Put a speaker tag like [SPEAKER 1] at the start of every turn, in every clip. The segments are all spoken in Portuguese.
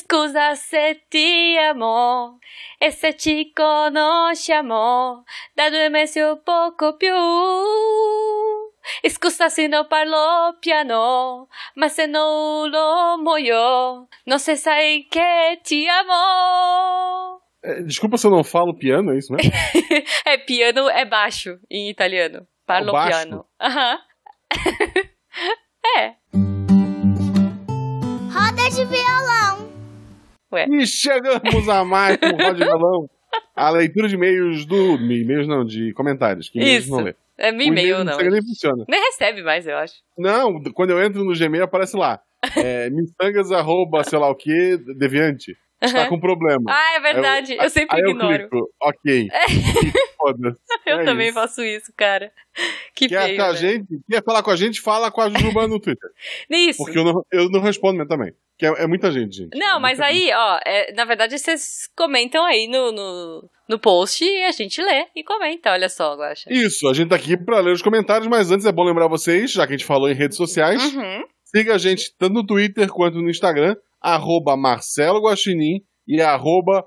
[SPEAKER 1] Scusa se ti amo e se ci conosciamo da due mesi o poco più. Scusa se non parlo piano, ma se non lo muoio, non se sai che ti amo.
[SPEAKER 2] É, desculpa se eu não falo piano, é isso mesmo?
[SPEAKER 1] é piano, é baixo em italiano. Parlo
[SPEAKER 2] baixo?
[SPEAKER 1] piano. Ah, Aham. é.
[SPEAKER 3] Roda de violão.
[SPEAKER 2] e chegamos a mais um Roda de Balão. A leitura de e-mails do. E-mails não, de comentários. Que e-mails
[SPEAKER 1] Isso.
[SPEAKER 2] não lê.
[SPEAKER 1] É
[SPEAKER 2] O
[SPEAKER 1] meu e-mail, não.
[SPEAKER 2] Instagram Nem funciona.
[SPEAKER 1] Nem recebe mais, eu acho.
[SPEAKER 2] Não, quando eu entro no Gmail aparece lá. É, miçangas arroba, sei lá o que, deviante. Está com problema.
[SPEAKER 1] Ah, é verdade. eu, sempre
[SPEAKER 2] Aí
[SPEAKER 1] ignoro.
[SPEAKER 2] eu clico, ok. Foda.
[SPEAKER 1] Eu,
[SPEAKER 2] É
[SPEAKER 1] também
[SPEAKER 2] isso.
[SPEAKER 1] faço isso, cara. Que
[SPEAKER 2] Quer,
[SPEAKER 1] feio.
[SPEAKER 2] com a
[SPEAKER 1] né?
[SPEAKER 2] gente, quer falar com a gente, fala com a Jujuba no Twitter.
[SPEAKER 1] Nem Isso.
[SPEAKER 2] Porque eu não, eu não respondo mesmo também. Porque é, é muita gente, gente.
[SPEAKER 1] Não,
[SPEAKER 2] É
[SPEAKER 1] mas
[SPEAKER 2] muita gente.
[SPEAKER 1] aí, ó, é, na verdade vocês comentam aí no, no, no post e a gente lê e comenta. Olha só, Guaxa.
[SPEAKER 2] Isso, a gente tá aqui pra ler os comentários, mas antes é bom lembrar vocês, já que a gente falou em redes sociais,
[SPEAKER 1] Uhum.
[SPEAKER 2] siga a gente tanto no Twitter quanto no Instagram, arroba Marcelo Guaxinim e arroba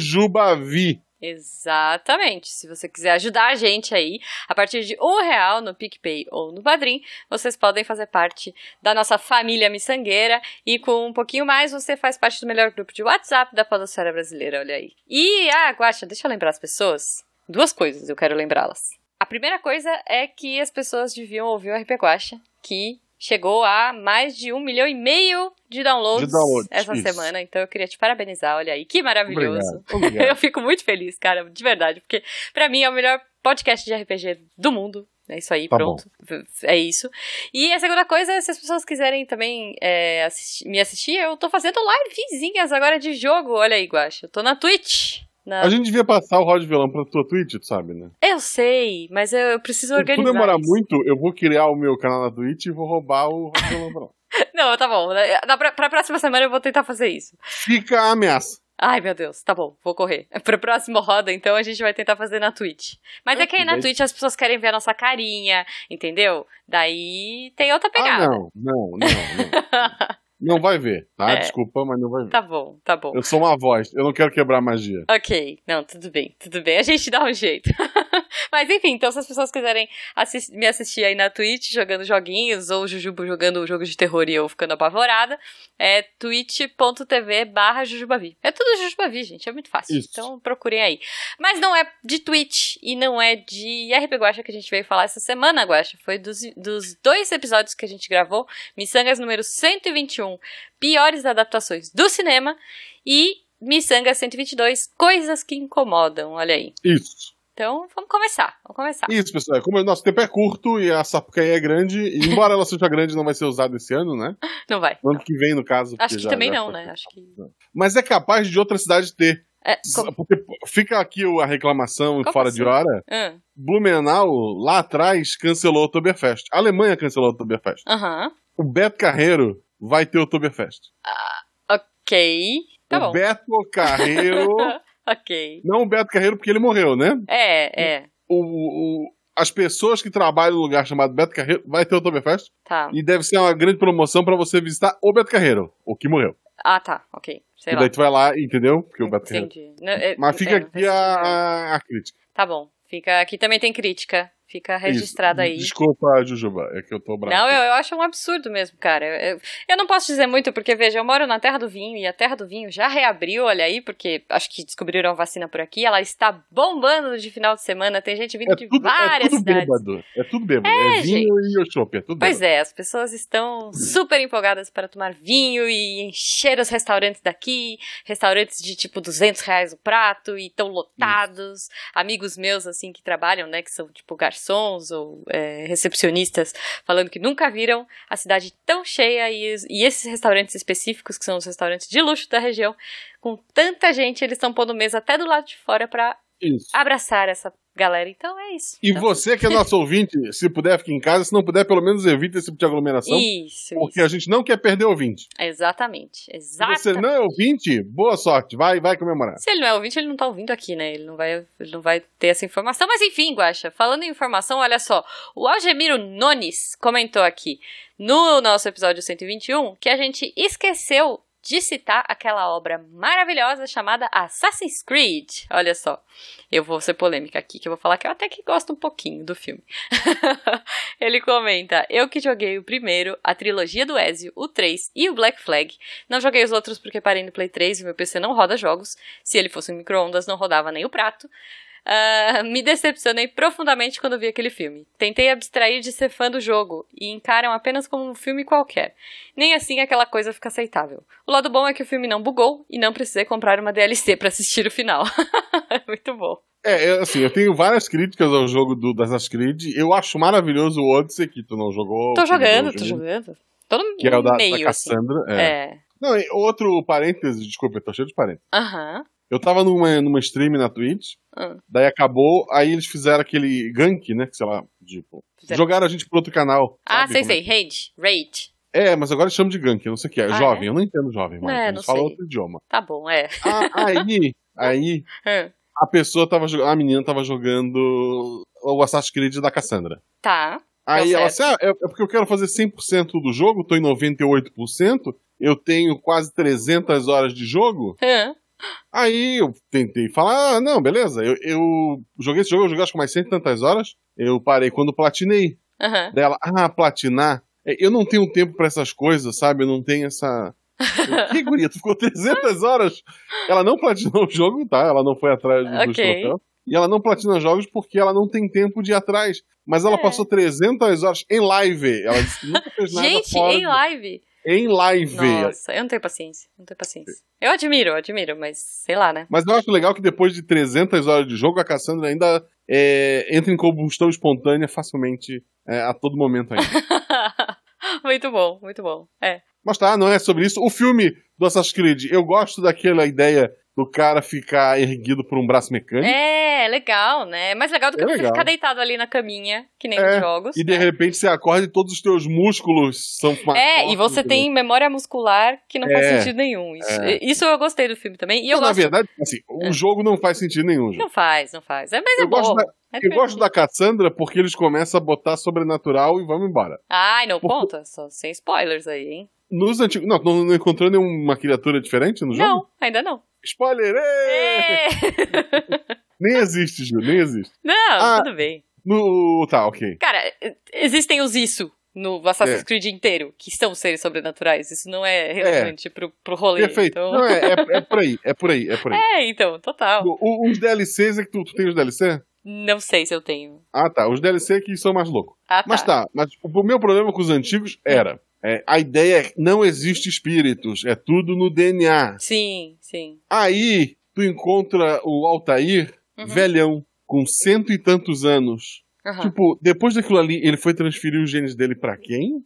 [SPEAKER 2] Jujubavi.
[SPEAKER 1] Exatamente. Se você quiser ajudar a gente aí, a partir de um real no PicPay ou no Padrim, vocês podem fazer parte da nossa família miçangueira. E com um pouquinho mais, você faz parte do melhor grupo de WhatsApp da Podosfera Brasileira, olha aí. E, ah, Guaxa, deixa eu lembrar as pessoas. Duas coisas eu quero lembrá-las. A primeira coisa é que as pessoas deviam ouvir o RP Guaxa, que chegou a mais de um milhão e meio de downloads,
[SPEAKER 2] De downloads,
[SPEAKER 1] essa
[SPEAKER 2] isso.
[SPEAKER 1] semana. Então eu queria te parabenizar, olha aí. Que maravilhoso.
[SPEAKER 2] Obrigado. Obrigado.
[SPEAKER 1] Eu fico muito feliz, cara, de verdade, porque pra mim é o melhor podcast de RPG do mundo. É isso aí,
[SPEAKER 2] Tá
[SPEAKER 1] pronto. É isso. E a segunda coisa, é, se as pessoas quiserem também é, assisti- me assistir, eu tô fazendo livezinhas agora de jogo. Olha aí, Guaxa. Eu tô na Twitch. na-
[SPEAKER 2] A gente devia passar o Rod Violão pra tua Twitch, tu sabe, né?
[SPEAKER 1] Eu sei, mas eu, eu preciso
[SPEAKER 2] Se tu
[SPEAKER 1] organizar.
[SPEAKER 2] demorar
[SPEAKER 1] isso.
[SPEAKER 2] muito, eu vou criar o meu canal na Twitch e vou roubar o Rod Violão pra lá.
[SPEAKER 1] Não, tá bom. Na- na- Pra, pra próxima semana eu vou tentar fazer isso.
[SPEAKER 2] Fica a ameaça.
[SPEAKER 1] Ai, meu Deus, tá bom, vou correr. Pra próxima roda, então, a gente vai tentar fazer na Twitch. Mas é que aí na
[SPEAKER 2] Daí-
[SPEAKER 1] Twitch as pessoas querem ver a nossa carinha, entendeu? Daí tem outra
[SPEAKER 2] Ah,
[SPEAKER 1] pegada.
[SPEAKER 2] não, não, não, não. Não vai ver, tá?
[SPEAKER 1] É.
[SPEAKER 2] Desculpa, mas não vai ver.
[SPEAKER 1] tá bom, tá bom.
[SPEAKER 2] Eu sou uma voz, eu não quero quebrar magia.
[SPEAKER 1] Ok, não, tudo bem, tudo bem, a gente dá um jeito. Mas enfim, então se as pessoas quiserem assis- me assistir aí na Twitch jogando joguinhos, ou o Jujubo jogando um jogo de terror e eu ficando apavorada, é twitch.tv barra Jujubavi. É tudo Jujubavi, gente, é muito fácil.
[SPEAKER 2] Isso.
[SPEAKER 1] Então procurem aí. Mas não é de Twitch e não é de RP Guacha que a gente veio falar essa semana, Guacha. Foi dos, dos dois episódios que a gente gravou, Missangas número 121, Piores Adaptações do Cinema, e Missanga 122, Coisas que Incomodam, olha aí.
[SPEAKER 2] Isso.
[SPEAKER 1] Então, vamos começar, vamos começar.
[SPEAKER 2] Isso, pessoal. Como o nosso tempo é curto e a Sapucaí é grande, e embora ela seja grande, não vai ser usada esse ano, né?
[SPEAKER 1] Não vai.
[SPEAKER 2] No ano que vem, no caso. porque
[SPEAKER 1] Acho que
[SPEAKER 2] já-
[SPEAKER 1] também
[SPEAKER 2] já
[SPEAKER 1] não,
[SPEAKER 2] foi.
[SPEAKER 1] né? Acho que...
[SPEAKER 2] Mas é capaz de outra cidade ter.
[SPEAKER 1] É, como-
[SPEAKER 2] Porque fica aqui a reclamação
[SPEAKER 1] Como
[SPEAKER 2] fora de
[SPEAKER 1] assim?
[SPEAKER 2] hora.
[SPEAKER 1] Ah,
[SPEAKER 2] Blumenau, lá atrás, cancelou o Oktoberfest. A Alemanha cancelou o Oktoberfest.
[SPEAKER 1] Aham,
[SPEAKER 2] O Beto Carreiro vai ter o Oktoberfest.
[SPEAKER 1] ok, tá
[SPEAKER 2] o
[SPEAKER 1] bom.
[SPEAKER 2] Beto Carreiro...
[SPEAKER 1] ok.
[SPEAKER 2] não o Beto Carreiro, porque ele morreu, né?
[SPEAKER 1] É, é,
[SPEAKER 2] O- o- as pessoas que trabalham no lugar chamado Beto Carreiro vai ter o Oktoberfest.
[SPEAKER 1] tá.
[SPEAKER 2] E deve ser uma grande promoção pra você visitar o Beto Carreiro, o que morreu.
[SPEAKER 1] Ah, tá, ok, sei
[SPEAKER 2] e
[SPEAKER 1] lá.
[SPEAKER 2] daí tu vai lá, entendeu? Porque o Beto Carreiro.
[SPEAKER 1] Entendi. Não, é-
[SPEAKER 2] Mas fica
[SPEAKER 1] é, não
[SPEAKER 2] aqui
[SPEAKER 1] faz
[SPEAKER 2] a,
[SPEAKER 1] sentido,
[SPEAKER 2] a- a crítica.
[SPEAKER 1] não. Tá bom, fica aqui também tem crítica, fica registrada
[SPEAKER 2] Isso.
[SPEAKER 1] aí.
[SPEAKER 2] Desculpa, Jujuba, é que eu tô bravo.
[SPEAKER 1] Não, eu, eu acho um absurdo mesmo, cara. Eu, eu- eu não posso dizer muito, porque, veja, eu moro na Terra do Vinho e a Terra do Vinho já reabriu, olha aí, porque acho que descobriram a vacina por aqui. Ela está bombando de final de semana, tem gente vindo
[SPEAKER 2] é
[SPEAKER 1] de
[SPEAKER 2] tudo, é
[SPEAKER 1] várias
[SPEAKER 2] tudo
[SPEAKER 1] cidades.
[SPEAKER 2] bêbado. É tudo bêbado. É,
[SPEAKER 1] É,
[SPEAKER 2] vinho e o chopp, é tudo
[SPEAKER 1] Pois
[SPEAKER 2] bêbado.
[SPEAKER 1] é, as pessoas estão super empolgadas para tomar vinho e encher os restaurantes daqui, restaurantes de tipo 200 reais o prato e tão lotados. Amigos meus, assim, que trabalham, né, que são tipo garçons ou é, recepcionistas, falando que nunca viram a cidade tão cheia e, os- e esses restaurantes específicos, que são os restaurantes de luxo da região, com tanta gente, eles estão pondo mesa até do lado de fora para
[SPEAKER 2] Isso.
[SPEAKER 1] abraçar essa galera. Então é isso.
[SPEAKER 2] E
[SPEAKER 1] é. Então,
[SPEAKER 2] você que é nosso ouvinte, se puder, fica em casa. Se não puder, pelo menos evita esse tipo de aglomeração.
[SPEAKER 1] Isso,
[SPEAKER 2] Porque
[SPEAKER 1] isso.
[SPEAKER 2] a gente não quer perder ouvinte.
[SPEAKER 1] Exatamente,
[SPEAKER 2] Se
[SPEAKER 1] exatamente.
[SPEAKER 2] você não é ouvinte, boa sorte. Vai, vai comemorar.
[SPEAKER 1] Se ele não é ouvinte, ele não tá ouvindo aqui, né? Ele não vai, ele não vai ter essa informação. Mas enfim, Guaxa, falando em informação, olha só. O Algemiro um Nones comentou aqui no nosso episódio 121 que a gente esqueceu de citar aquela obra maravilhosa chamada Assassin's Creed. Olha só, eu vou ser polêmica aqui, que eu vou falar que eu até que gosto um pouquinho do filme. Ele comenta: Eu que joguei o primeiro, a trilogia do Ezio, o 3 e o Black Flag. Não joguei os outros porque parei no Play 3 e meu PC não roda jogos. Se ele fosse um micro-ondas, não rodava nem o prato. Ah, me decepcionei profundamente quando vi aquele filme. Tentei abstrair de ser fã do jogo e encaram apenas como um filme qualquer. Nem assim aquela coisa fica aceitável. O lado bom é que o filme não bugou e não precisei comprar uma DLC pra assistir o final. Muito bom.
[SPEAKER 2] É, eu, assim, eu tenho várias críticas ao jogo do Assassin's Creed. Eu acho maravilhoso o Odyssey, que tu não jogou.
[SPEAKER 1] Tô
[SPEAKER 2] que não
[SPEAKER 1] jogando, tô
[SPEAKER 2] jogou,
[SPEAKER 1] jogando. Tô no
[SPEAKER 2] Que é o da, da
[SPEAKER 1] meio, assim.
[SPEAKER 2] Cassandra. é.
[SPEAKER 1] É.
[SPEAKER 2] Não, e outro parêntese, desculpa, eu tô cheio de parênteses.
[SPEAKER 1] Aham.
[SPEAKER 2] Eu tava numa, numa stream na Twitch,
[SPEAKER 1] Ah.
[SPEAKER 2] daí acabou, aí eles fizeram aquele gank, né? Que sei lá, tipo.
[SPEAKER 1] Fizeram-
[SPEAKER 2] Jogaram a gente pro outro canal.
[SPEAKER 1] Ah,
[SPEAKER 2] sabe
[SPEAKER 1] sei,
[SPEAKER 2] como é?
[SPEAKER 1] sei. Raid. Raid.
[SPEAKER 2] É, mas agora chama de gank, eu não sei o que é.
[SPEAKER 1] Ah,
[SPEAKER 2] jovem, eu não entendo jovem, mas
[SPEAKER 1] É,
[SPEAKER 2] é,
[SPEAKER 1] não
[SPEAKER 2] fala
[SPEAKER 1] sei.
[SPEAKER 2] outro idioma.
[SPEAKER 1] Tá bom, é.
[SPEAKER 2] Ah, aí, aí,
[SPEAKER 1] Hum.
[SPEAKER 2] a pessoa tava jogando. A menina tava jogando o Assassin's Creed da Cassandra.
[SPEAKER 1] Tá.
[SPEAKER 2] Aí
[SPEAKER 1] Deu
[SPEAKER 2] ela assim, ah, é, é porque eu quero fazer 100% do jogo, tô em 98%, eu tenho quase 300 horas de jogo,
[SPEAKER 1] Hum.
[SPEAKER 2] Aí eu tentei falar, ah, não, beleza, eu, eu joguei esse jogo, eu joguei acho que mais cento e tantas horas, eu parei quando platinei.
[SPEAKER 1] Aham.
[SPEAKER 2] Dela, ah, platinar? É, Eu não tenho tempo pra essas coisas, sabe? Eu não tenho essa... Eu, que guria, tu ficou 300 horas? Ela não platinou o jogo, tá? Ela não foi atrás do
[SPEAKER 1] Ok.
[SPEAKER 2] troféu. E ela não platina jogos porque ela não tem tempo de ir atrás. Mas ela
[SPEAKER 1] É.
[SPEAKER 2] passou 300 horas em live. Ela disse que nunca fez nada
[SPEAKER 1] Gente,
[SPEAKER 2] fora
[SPEAKER 1] em
[SPEAKER 2] de-
[SPEAKER 1] live.
[SPEAKER 2] Em live.
[SPEAKER 1] Nossa, eu não tenho paciência. Não tenho paciência. Eu admiro, eu admiro, mas sei lá, né?
[SPEAKER 2] Mas eu acho legal que depois de 300 horas de jogo, a Cassandra ainda é, entra em combustão espontânea facilmente é, a todo momento ainda.
[SPEAKER 1] muito bom, muito bom. É.
[SPEAKER 2] Mas tá, não é sobre isso. O filme do Assassin's Creed, eu gosto daquela ideia do cara ficar erguido por um braço mecânico.
[SPEAKER 1] É, legal, né? É mais legal do que
[SPEAKER 2] É
[SPEAKER 1] você
[SPEAKER 2] legal.
[SPEAKER 1] ficar deitado ali na caminha, que nem
[SPEAKER 2] É,
[SPEAKER 1] nos jogos.
[SPEAKER 2] E de
[SPEAKER 1] né?
[SPEAKER 2] repente você acorda e todos os teus músculos são mais
[SPEAKER 1] É,
[SPEAKER 2] fortes,
[SPEAKER 1] e você tem memória muscular que não faz
[SPEAKER 2] É,
[SPEAKER 1] sentido nenhum. Isso, isso eu gostei do filme também. E eu
[SPEAKER 2] Não, na
[SPEAKER 1] gosto. É.
[SPEAKER 2] verdade, assim, o jogo não faz sentido nenhum. gente.
[SPEAKER 1] Não faz, não faz. É, mas é
[SPEAKER 2] Eu gosto
[SPEAKER 1] bom.
[SPEAKER 2] da- Eu gosto da Cassandra porque eles começam a botar sobrenatural e vamos embora.
[SPEAKER 1] Ai, não
[SPEAKER 2] Porque-
[SPEAKER 1] conta. Só sem spoilers aí, hein?
[SPEAKER 2] Nos antigos. Não, tu não não encontrou nenhuma criatura diferente no jogo?
[SPEAKER 1] Não, ainda não.
[SPEAKER 2] Spoiler! ê!
[SPEAKER 1] É.
[SPEAKER 2] Nem existe, Ju, nem existe.
[SPEAKER 1] Não,
[SPEAKER 2] Ah.
[SPEAKER 1] tudo bem.
[SPEAKER 2] No. Tá, ok.
[SPEAKER 1] Cara, é, existem os isso no
[SPEAKER 2] É.
[SPEAKER 1] Assassin's Creed inteiro, que são seres sobrenaturais. Isso não é relevante pro, pro rolê.
[SPEAKER 2] Perfeito.
[SPEAKER 1] Então...
[SPEAKER 2] Não, é, é, é por aí, é por aí, é por aí.
[SPEAKER 1] É, então, total.
[SPEAKER 2] Tipo, O- o- os DLCs é que tu, tu tem os DLC?
[SPEAKER 1] Não sei se eu tenho.
[SPEAKER 2] Ah, tá. Os DLC que são mais loucos.
[SPEAKER 1] Ah, tá.
[SPEAKER 2] Mas tá, mas o meu problema com os antigos era. é, a ideia é que não existe espíritos, é tudo no DNA.
[SPEAKER 1] Sim, sim.
[SPEAKER 2] Aí tu encontra o Altair,
[SPEAKER 1] Uhum. Ah.
[SPEAKER 2] velhão, com cento e tantos anos.
[SPEAKER 1] Aham.
[SPEAKER 2] Tipo, depois daquilo ali, ele foi transferir os genes dele pra quem?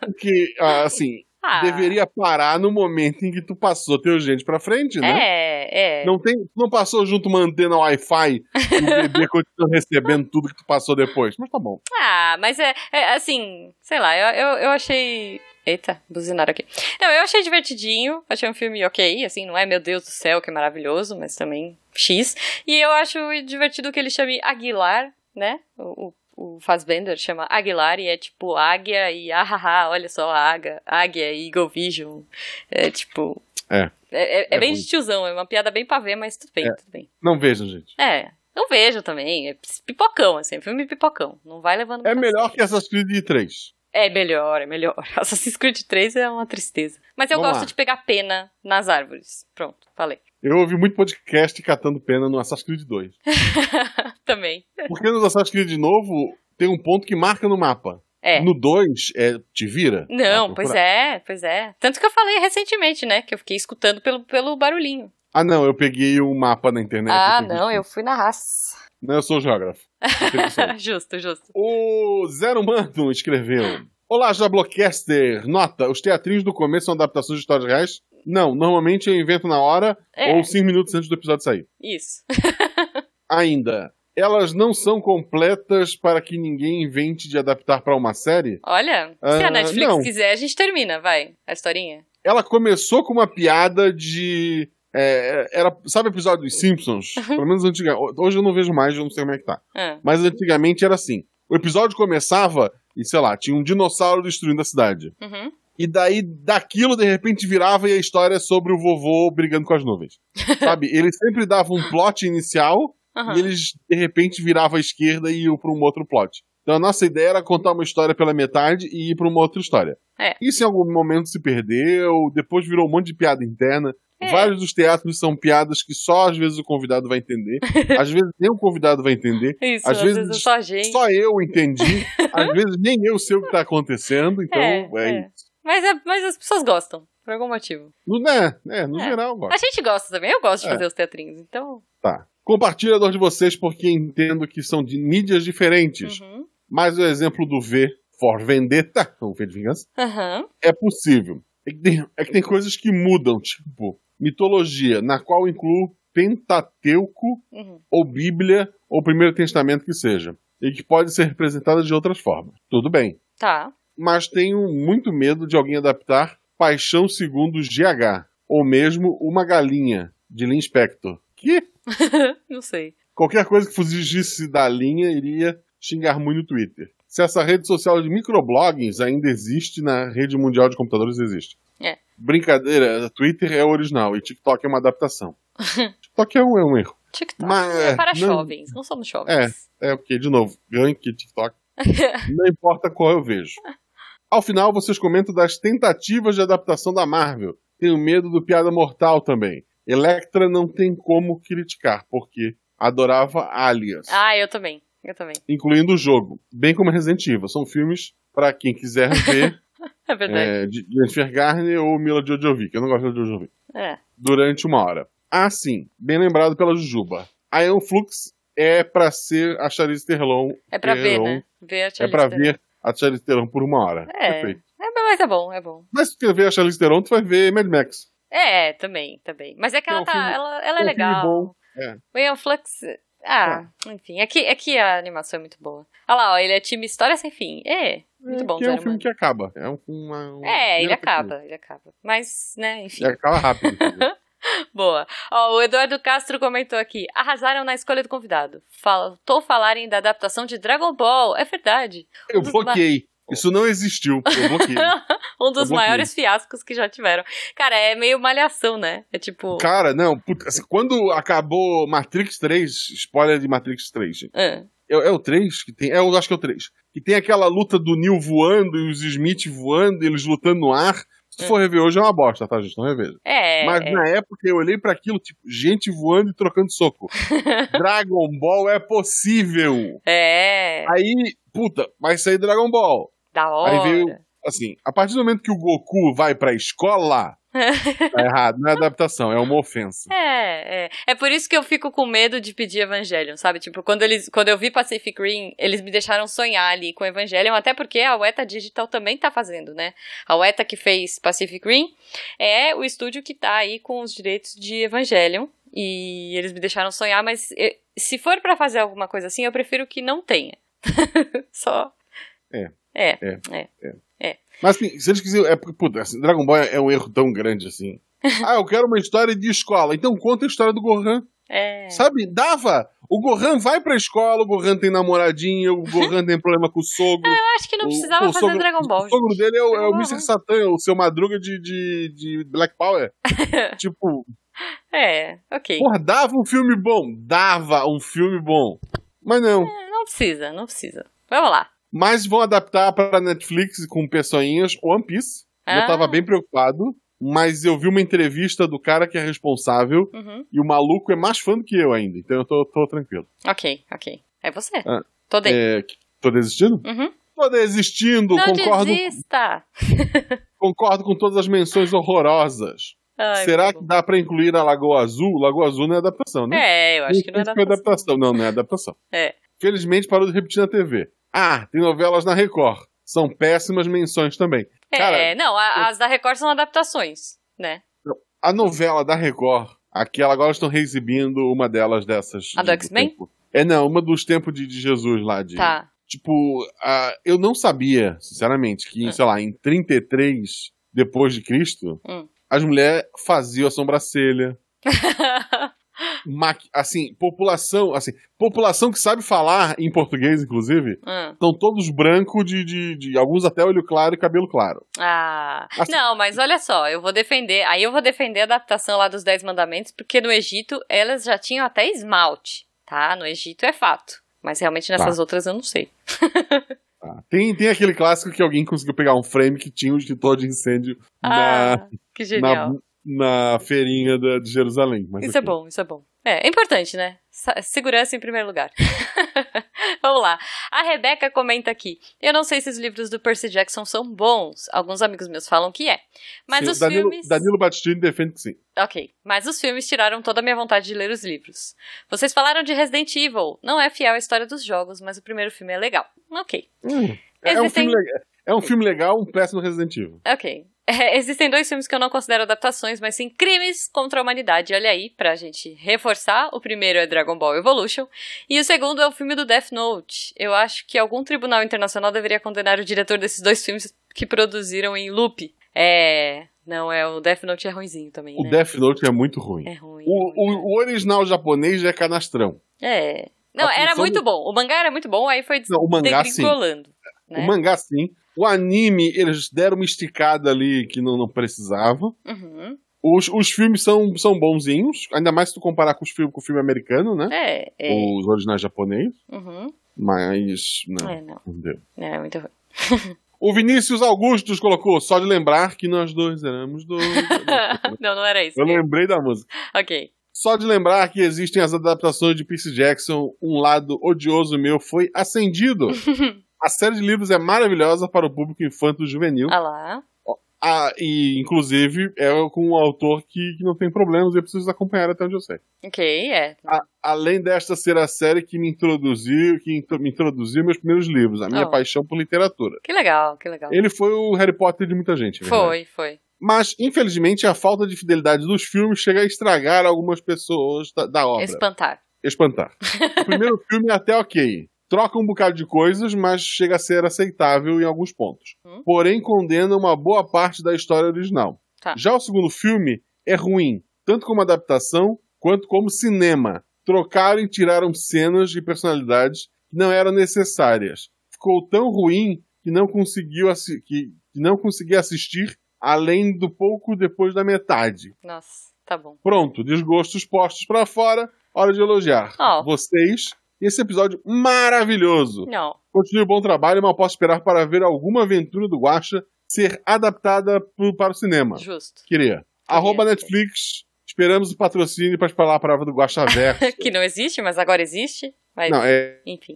[SPEAKER 2] Porque, ah, assim,
[SPEAKER 1] Ah,
[SPEAKER 2] deveria parar no momento em que tu passou teu gente pra frente, né?
[SPEAKER 1] É, é.
[SPEAKER 2] Não tem, tu não passou junto uma antena Wi-Fi e o bebê continua recebendo tudo que tu passou depois. Mas tá bom.
[SPEAKER 1] Ah, mas é, é, assim, sei lá, eu, eu, eu achei. Eita, buzinaram aqui. Não, eu achei divertidinho, achei um filme ok, assim, não é meu Deus do céu, que maravilhoso, mas também X. E eu acho divertido que ele chame Aguilar, né? O, o o Fassbender chama Aguilar e é tipo águia e ahaha, olha só a águia, águia e Eagle Vision. É tipo.
[SPEAKER 2] É.
[SPEAKER 1] É, é- é
[SPEAKER 2] É
[SPEAKER 1] bem
[SPEAKER 2] ruim.
[SPEAKER 1] de tiozão, é uma piada bem pavê, mas tudo bem,
[SPEAKER 2] É.
[SPEAKER 1] tudo bem.
[SPEAKER 2] Não vejam, gente.
[SPEAKER 1] É, não vejo também, é pipocão, assim, filme pipocão, não vai levando
[SPEAKER 2] É
[SPEAKER 1] pra
[SPEAKER 2] melhor que essas Creed 3.
[SPEAKER 1] é melhor, é melhor. Assassin's Creed 3 é uma tristeza. Mas eu
[SPEAKER 2] Vamos
[SPEAKER 1] gosto
[SPEAKER 2] lá.
[SPEAKER 1] de pegar pena nas árvores. Pronto, falei.
[SPEAKER 2] Eu ouvi muito podcast catando pena no Assassin's Creed 2.
[SPEAKER 1] Também.
[SPEAKER 2] Porque no Assassin's Creed novo tem um ponto que marca no mapa.
[SPEAKER 1] É.
[SPEAKER 2] No 2, é, te vira.
[SPEAKER 1] Não,
[SPEAKER 2] Vai
[SPEAKER 1] pois
[SPEAKER 2] procurar.
[SPEAKER 1] é, pois é. Tanto que eu falei recentemente, né? Que eu fiquei escutando pelo, pelo barulhinho.
[SPEAKER 2] Ah, não, eu peguei o mapa na internet.
[SPEAKER 1] ah,
[SPEAKER 2] eu peguei-
[SPEAKER 1] não, eu fui na raça.
[SPEAKER 2] Não, eu sou geógrafo. Eu tenho que ser.
[SPEAKER 1] justo, justo.
[SPEAKER 2] O Zero Humano escreveu: Olá, Jablocaster. Nota: os teatrinhos do começo são adaptações de histórias reais? Não, normalmente eu invento na hora
[SPEAKER 1] É,
[SPEAKER 2] ou cinco minutos antes do episódio sair.
[SPEAKER 1] isso.
[SPEAKER 2] Ainda, elas não são completas para que ninguém invente de adaptar para uma série?
[SPEAKER 1] Olha, se a
[SPEAKER 2] Ah,
[SPEAKER 1] Netflix
[SPEAKER 2] não.
[SPEAKER 1] quiser, a gente termina, vai. A historinha.
[SPEAKER 2] Ela começou com uma piada de. é, era, sabe o episódio dos Simpsons? Pelo menos antiga. Hoje eu não vejo mais, eu não sei como é que tá.
[SPEAKER 1] Ah,
[SPEAKER 2] Mas antigamente era assim: o episódio começava e, sei lá, tinha um dinossauro destruindo a cidade.
[SPEAKER 1] uhum.
[SPEAKER 2] E daí, daquilo, de repente, virava e a história é sobre o vovô brigando com as nuvens. Sabe? Ele sempre dava um plot inicial
[SPEAKER 1] Aham.
[SPEAKER 2] e eles, de repente, viravam à esquerda e iam pra um outro plot. Então a nossa ideia era contar uma história pela metade e ir pra uma outra história.
[SPEAKER 1] É.
[SPEAKER 2] Isso em algum momento se perdeu, depois virou um monte de piada interna.
[SPEAKER 1] É.
[SPEAKER 2] Vários dos teatros são piadas que só às vezes o convidado vai entender. às vezes nem o convidado vai entender.
[SPEAKER 1] Isso,
[SPEAKER 2] Às
[SPEAKER 1] às,
[SPEAKER 2] vezes
[SPEAKER 1] vezes, é só a gente.
[SPEAKER 2] Só eu entendi. às vezes nem eu sei o que tá acontecendo. Então
[SPEAKER 1] É,
[SPEAKER 2] é,
[SPEAKER 1] é. Mas, é- mas as pessoas gostam, por algum motivo.
[SPEAKER 2] No, né? É, no
[SPEAKER 1] É.
[SPEAKER 2] geral, gosto.
[SPEAKER 1] A gente gosta também, eu gosto de
[SPEAKER 2] É.
[SPEAKER 1] fazer os teatrinhos, então.
[SPEAKER 2] Tá. Compartilha a dor de vocês porque entendo que são de mídias diferentes.
[SPEAKER 1] Uhum.
[SPEAKER 2] Mas o exemplo do V for Vendetta, o V de Vingança,
[SPEAKER 1] Aham.
[SPEAKER 2] é possível. É que, tem, é que tem coisas que mudam, tipo mitologia, na qual incluo Pentateuco
[SPEAKER 1] Uhum.
[SPEAKER 2] ou Bíblia ou Primeiro Testamento que seja, e que pode ser representada de outras formas. Tudo bem.
[SPEAKER 1] Tá.
[SPEAKER 2] Mas tenho muito medo de alguém adaptar Paixão segundo GH, ou mesmo Uma Galinha, de Lynn Spector. Que
[SPEAKER 1] Não sei.
[SPEAKER 2] Qualquer coisa que fugisse da linha iria xingar muito no Twitter. Se essa rede social de microbloggings ainda existe na rede mundial de computadores, existe.
[SPEAKER 1] É.
[SPEAKER 2] Brincadeira, Twitter é o original e TikTok é uma adaptação. TikTok é um, é um erro.
[SPEAKER 1] TikTok.
[SPEAKER 2] Mas,
[SPEAKER 1] é para
[SPEAKER 2] não-
[SPEAKER 1] jovens, não somos jovens.
[SPEAKER 2] É, porque, de novo, ganho que TikTok. Não importa qual eu vejo. Ao final, vocês comentam das tentativas de adaptação da Marvel. Tenho medo do Piada Mortal também. Electra não tem como criticar, porque adorava Alias.
[SPEAKER 1] Ah, eu também. Eu também.
[SPEAKER 2] incluindo o jogo, bem como Resident Evil. São filmes para quem quiser ver
[SPEAKER 1] É verdade.
[SPEAKER 2] é, de Jennifer Garner ou Mila Jojovic. Eu não gosto de Jojovic.
[SPEAKER 1] É.
[SPEAKER 2] Durante uma hora. Ah, sim. Bem lembrado pela Jujuba. A Ion Flux é para ser a Charlize Theron.
[SPEAKER 1] É, pra ver,
[SPEAKER 2] Theron.
[SPEAKER 1] né? Ver a
[SPEAKER 2] É
[SPEAKER 1] Charlize
[SPEAKER 2] para
[SPEAKER 1] Theron.
[SPEAKER 2] ver a Charlize Theron por uma hora.
[SPEAKER 1] É.
[SPEAKER 2] Perfeito.
[SPEAKER 1] É, mas é bom, é bom.
[SPEAKER 2] Mas se tu quer ver a Charlize Theron, tu vai ver Mad Max.
[SPEAKER 1] É, também, também. Mas é que
[SPEAKER 2] É
[SPEAKER 1] ela
[SPEAKER 2] um
[SPEAKER 1] tá.
[SPEAKER 2] filme-
[SPEAKER 1] ela ela é
[SPEAKER 2] um filme
[SPEAKER 1] legal.
[SPEAKER 2] bom, é.
[SPEAKER 1] O Ian Flux. Ah, enfim. Aqui, aqui a animação é muito boa. Olha lá, ó, ele é time História Sem Fim. É, muito bom,
[SPEAKER 2] que é um
[SPEAKER 1] Zero Mano.
[SPEAKER 2] filme que acaba. É, um, uma- uma-
[SPEAKER 1] É, ele
[SPEAKER 2] primeira
[SPEAKER 1] acaba, ele acaba. Mas, né, enfim.
[SPEAKER 2] Ele acaba rápido.
[SPEAKER 1] Boa. Ó, o Eduardo Castro comentou aqui: arrasaram na escolha do convidado. Faltou falarem da adaptação de Dragon Ball. É verdade.
[SPEAKER 2] Eu bloqueei. Isso não existiu. Eu bloqueei.
[SPEAKER 1] um dos
[SPEAKER 2] bloqueei.
[SPEAKER 1] maiores fiascos que já tiveram. Cara, é meio malhação, né? É tipo.
[SPEAKER 2] Cara, não, puta, assim, quando acabou Matrix 3, spoiler de Matrix 3, gente.
[SPEAKER 1] ah,
[SPEAKER 2] é, é o 3 que tem, é, eu acho que é o 3, que tem aquela luta do Neil voando e os Smith voando, eles lutando no ar. Se tu for rever hoje é uma bosta, tá, gente? Não reveja.
[SPEAKER 1] Hum. é.
[SPEAKER 2] Mas
[SPEAKER 1] é.
[SPEAKER 2] na época eu olhei pra aquilo, tipo, gente voando e trocando soco. Dragon Ball é possível.
[SPEAKER 1] É,
[SPEAKER 2] Aí, puta, vai sair Dragon Ball.
[SPEAKER 1] da hora.
[SPEAKER 2] Aí veio- Assim, a partir do momento que o Goku vai pra escola, tá errado, não é adaptação, é uma ofensa.
[SPEAKER 1] É, é. É por isso que eu fico com medo de pedir Evangelion, sabe? Tipo, quando, eles, quando eu vi Pacific Rim, eles me deixaram sonhar ali com Evangelion, até porque a Weta Digital também tá fazendo, né? A Weta que fez Pacific Rim é o estúdio que tá aí com os direitos de Evangelion. E eles me deixaram sonhar, mas eh, se for pra fazer alguma coisa assim, eu prefiro que não tenha. Só.
[SPEAKER 2] É.
[SPEAKER 1] É.
[SPEAKER 2] Mas assim, se eles quiserem. É porque, puta, assim, Dragon Ball é um erro tão grande assim. Ah, eu quero uma história de escola. Então conta a história do Gohan.
[SPEAKER 1] É.
[SPEAKER 2] Sabe? Dava! O Gohan vai pra escola, o Gohan tem namoradinha, o Gohan tem problema com o sogro.
[SPEAKER 1] Eu acho que não
[SPEAKER 2] o-
[SPEAKER 1] precisava
[SPEAKER 2] pô, o
[SPEAKER 1] fazer
[SPEAKER 2] sogro-
[SPEAKER 1] Dragon Ball.
[SPEAKER 2] O sogro dele é o, é o
[SPEAKER 1] Gohan.
[SPEAKER 2] Mr. Satan, é o seu madruga de, de, de Black Power. tipo,
[SPEAKER 1] gente. É, ok.
[SPEAKER 2] porra, dava um filme bom. Dava um filme bom. Mas não.
[SPEAKER 1] Não precisa, não precisa. Vamos lá.
[SPEAKER 2] Mas vão adaptar pra Netflix com pessoinhas One Piece.
[SPEAKER 1] Ah.
[SPEAKER 2] Eu tava bem preocupado, mas eu vi uma entrevista do cara que é responsável
[SPEAKER 1] Uhum.
[SPEAKER 2] e o maluco é mais fã do que eu ainda, então eu tô, tô tranquilo.
[SPEAKER 1] Ok, ok. É você.
[SPEAKER 2] Ah,
[SPEAKER 1] Tô dentro.
[SPEAKER 2] É, tô desistindo?
[SPEAKER 1] Uhum.
[SPEAKER 2] Tô desistindo,
[SPEAKER 1] Não
[SPEAKER 2] concordo,
[SPEAKER 1] desista!
[SPEAKER 2] concordo com todas as menções horrorosas.
[SPEAKER 1] Ai,
[SPEAKER 2] Será
[SPEAKER 1] muito
[SPEAKER 2] que
[SPEAKER 1] bom.
[SPEAKER 2] dá pra incluir a Lagoa Azul? Lagoa Azul não é adaptação, né?
[SPEAKER 1] É, eu acho que não é
[SPEAKER 2] Isso foi
[SPEAKER 1] nada.
[SPEAKER 2] adaptação. Não, não é adaptação.
[SPEAKER 1] É.
[SPEAKER 2] Felizmente parou de repetir na TV. Ah, tem novelas na Record. São péssimas menções também. Cara,
[SPEAKER 1] É, não, a- as da Record são adaptações, né?
[SPEAKER 2] A novela da Record, aquela agora estão reexibindo uma delas dessas.
[SPEAKER 1] A do X-Men?
[SPEAKER 2] tempo. É, não, uma dos tempos de, de Jesus lá. De,
[SPEAKER 1] Tá.
[SPEAKER 2] Tipo, ah, eu não sabia, sinceramente, que,
[SPEAKER 1] Hum.
[SPEAKER 2] sei lá, em 33 depois de Cristo,
[SPEAKER 1] Hum.
[SPEAKER 2] as mulheres faziam a sobrancelha, maqui- assim, população, assim, população que sabe falar em português, inclusive,
[SPEAKER 1] Hum.
[SPEAKER 2] estão todos brancos, de, de, de- alguns até olho claro e cabelo claro.
[SPEAKER 1] Ah,
[SPEAKER 2] Assim-
[SPEAKER 1] não, mas olha só, eu vou defender, aí eu vou defender a adaptação lá dos Dez Mandamentos, porque no Egito elas já tinham até esmalte, tá? No Egito é fato, mas realmente nessas outras eu não sei.
[SPEAKER 2] tá? Tem, tem aquele clássico que alguém conseguiu pegar um frame que tinha um extintor de incêndio na,
[SPEAKER 1] Ah, que genial.
[SPEAKER 2] na, na feirinha da- de Jerusalém. Mas assim,
[SPEAKER 1] Isso é
[SPEAKER 2] ok.
[SPEAKER 1] bom, isso é bom. É, é importante, né? Sa- Segurança em primeiro lugar. Vamos lá. A Rebeca comenta aqui. Eu não sei se os livros do Percy Jackson são bons. Alguns amigos meus falam que é. Mas
[SPEAKER 2] Sim,
[SPEAKER 1] os
[SPEAKER 2] Danilo,
[SPEAKER 1] filmes.
[SPEAKER 2] Danilo Battistini defende que sim.
[SPEAKER 1] Ok. Mas os filmes tiraram toda a minha vontade de ler os livros. Vocês falaram de Resident Evil. Não é fiel à história dos jogos, mas o primeiro filme é legal. Ok.
[SPEAKER 2] É, um
[SPEAKER 1] Existem-
[SPEAKER 2] filme, le- é um filme legal, um péssimo Resident Evil.
[SPEAKER 1] Ok. É, existem dois filmes que eu não considero adaptações, mas sim crimes contra a humanidade. Olha aí, pra gente reforçar. O primeiro é Dragon Ball Evolution. E o segundo é o filme do Death Note. Eu acho que algum tribunal internacional deveria condenar o diretor desses dois filmes que produziram em loop. É. Não, é o Death Note é ruimzinho também,
[SPEAKER 2] O
[SPEAKER 1] né?
[SPEAKER 2] Death Note é muito ruim.
[SPEAKER 1] É ruim. é ruim.
[SPEAKER 2] O, o- o original japonês já é canastrão.
[SPEAKER 1] É. Não,
[SPEAKER 2] a
[SPEAKER 1] era
[SPEAKER 2] função
[SPEAKER 1] muito
[SPEAKER 2] do-
[SPEAKER 1] bom. O mangá era muito bom, aí foi
[SPEAKER 2] Não, o mangá sim.
[SPEAKER 1] degringolando. Né?
[SPEAKER 2] O mangá sim. O anime, eles deram uma esticada ali que não, não precisava.
[SPEAKER 1] Uhum.
[SPEAKER 2] Os, os filmes são, são bonzinhos, ainda mais se tu comparar com, os filmes, com o filme americano, né?
[SPEAKER 1] É, é.
[SPEAKER 2] Os originais japonês.
[SPEAKER 1] Uhum.
[SPEAKER 2] Mas. né, Não,
[SPEAKER 1] É, não.
[SPEAKER 2] não deu.
[SPEAKER 1] Não, é muito ruim.
[SPEAKER 2] O Vinícius Augustus colocou, só de lembrar que nós dois éramos dois.
[SPEAKER 1] não, não era isso.
[SPEAKER 2] Eu lembrei da música.
[SPEAKER 1] Ok.
[SPEAKER 2] Só de lembrar que existem as adaptações de Percy Jackson, um lado odioso meu foi acendido. a série de livros é maravilhosa para o público infanto-juvenil.
[SPEAKER 1] Ah lá.
[SPEAKER 2] Ah, e, inclusive, é com um autor que, que não tem problemas e eu preciso acompanhar até onde eu sei.
[SPEAKER 1] Ok, é.
[SPEAKER 2] A- além desta ser a série que me introduziu, que intro- me introduziu meus primeiros livros, a minha
[SPEAKER 1] Oh.
[SPEAKER 2] paixão por literatura.
[SPEAKER 1] Que legal, que legal.
[SPEAKER 2] Ele foi o Harry Potter de muita gente. é verdade.
[SPEAKER 1] Foi, foi.
[SPEAKER 2] Mas, infelizmente, a falta de fidelidade dos filmes chega a estragar algumas pessoas da, da obra.
[SPEAKER 1] Espantar.
[SPEAKER 2] espantar. O primeiro filme é até ok. Troca um bocado de coisas, mas chega a ser aceitável em alguns pontos.
[SPEAKER 1] Hum.
[SPEAKER 2] Porém, condena uma boa parte da história original.
[SPEAKER 1] Tá.
[SPEAKER 2] Já o segundo filme é ruim, tanto como adaptação quanto como cinema. Trocaram e tiraram cenas e personalidades que não eram necessárias. Ficou tão ruim que não conseguiu assi- que, que não consegui assistir além do pouco depois da metade.
[SPEAKER 1] Nossa, tá bom.
[SPEAKER 2] Pronto, desgostos postos pra fora, hora de elogiar
[SPEAKER 1] Ó.
[SPEAKER 2] vocês e esse episódio maravilhoso.
[SPEAKER 1] Não.
[SPEAKER 2] Continue o bom trabalho e mal posso esperar para ver alguma aventura do Guacha ser adaptada pro- para o cinema.
[SPEAKER 1] Justo.
[SPEAKER 2] Queria. Arroba Netflix, esperamos o patrocínio para falar a palavra do Guacha Verso.
[SPEAKER 1] Que não existe, mas agora existe. Mas,
[SPEAKER 2] Não, é,
[SPEAKER 1] enfim.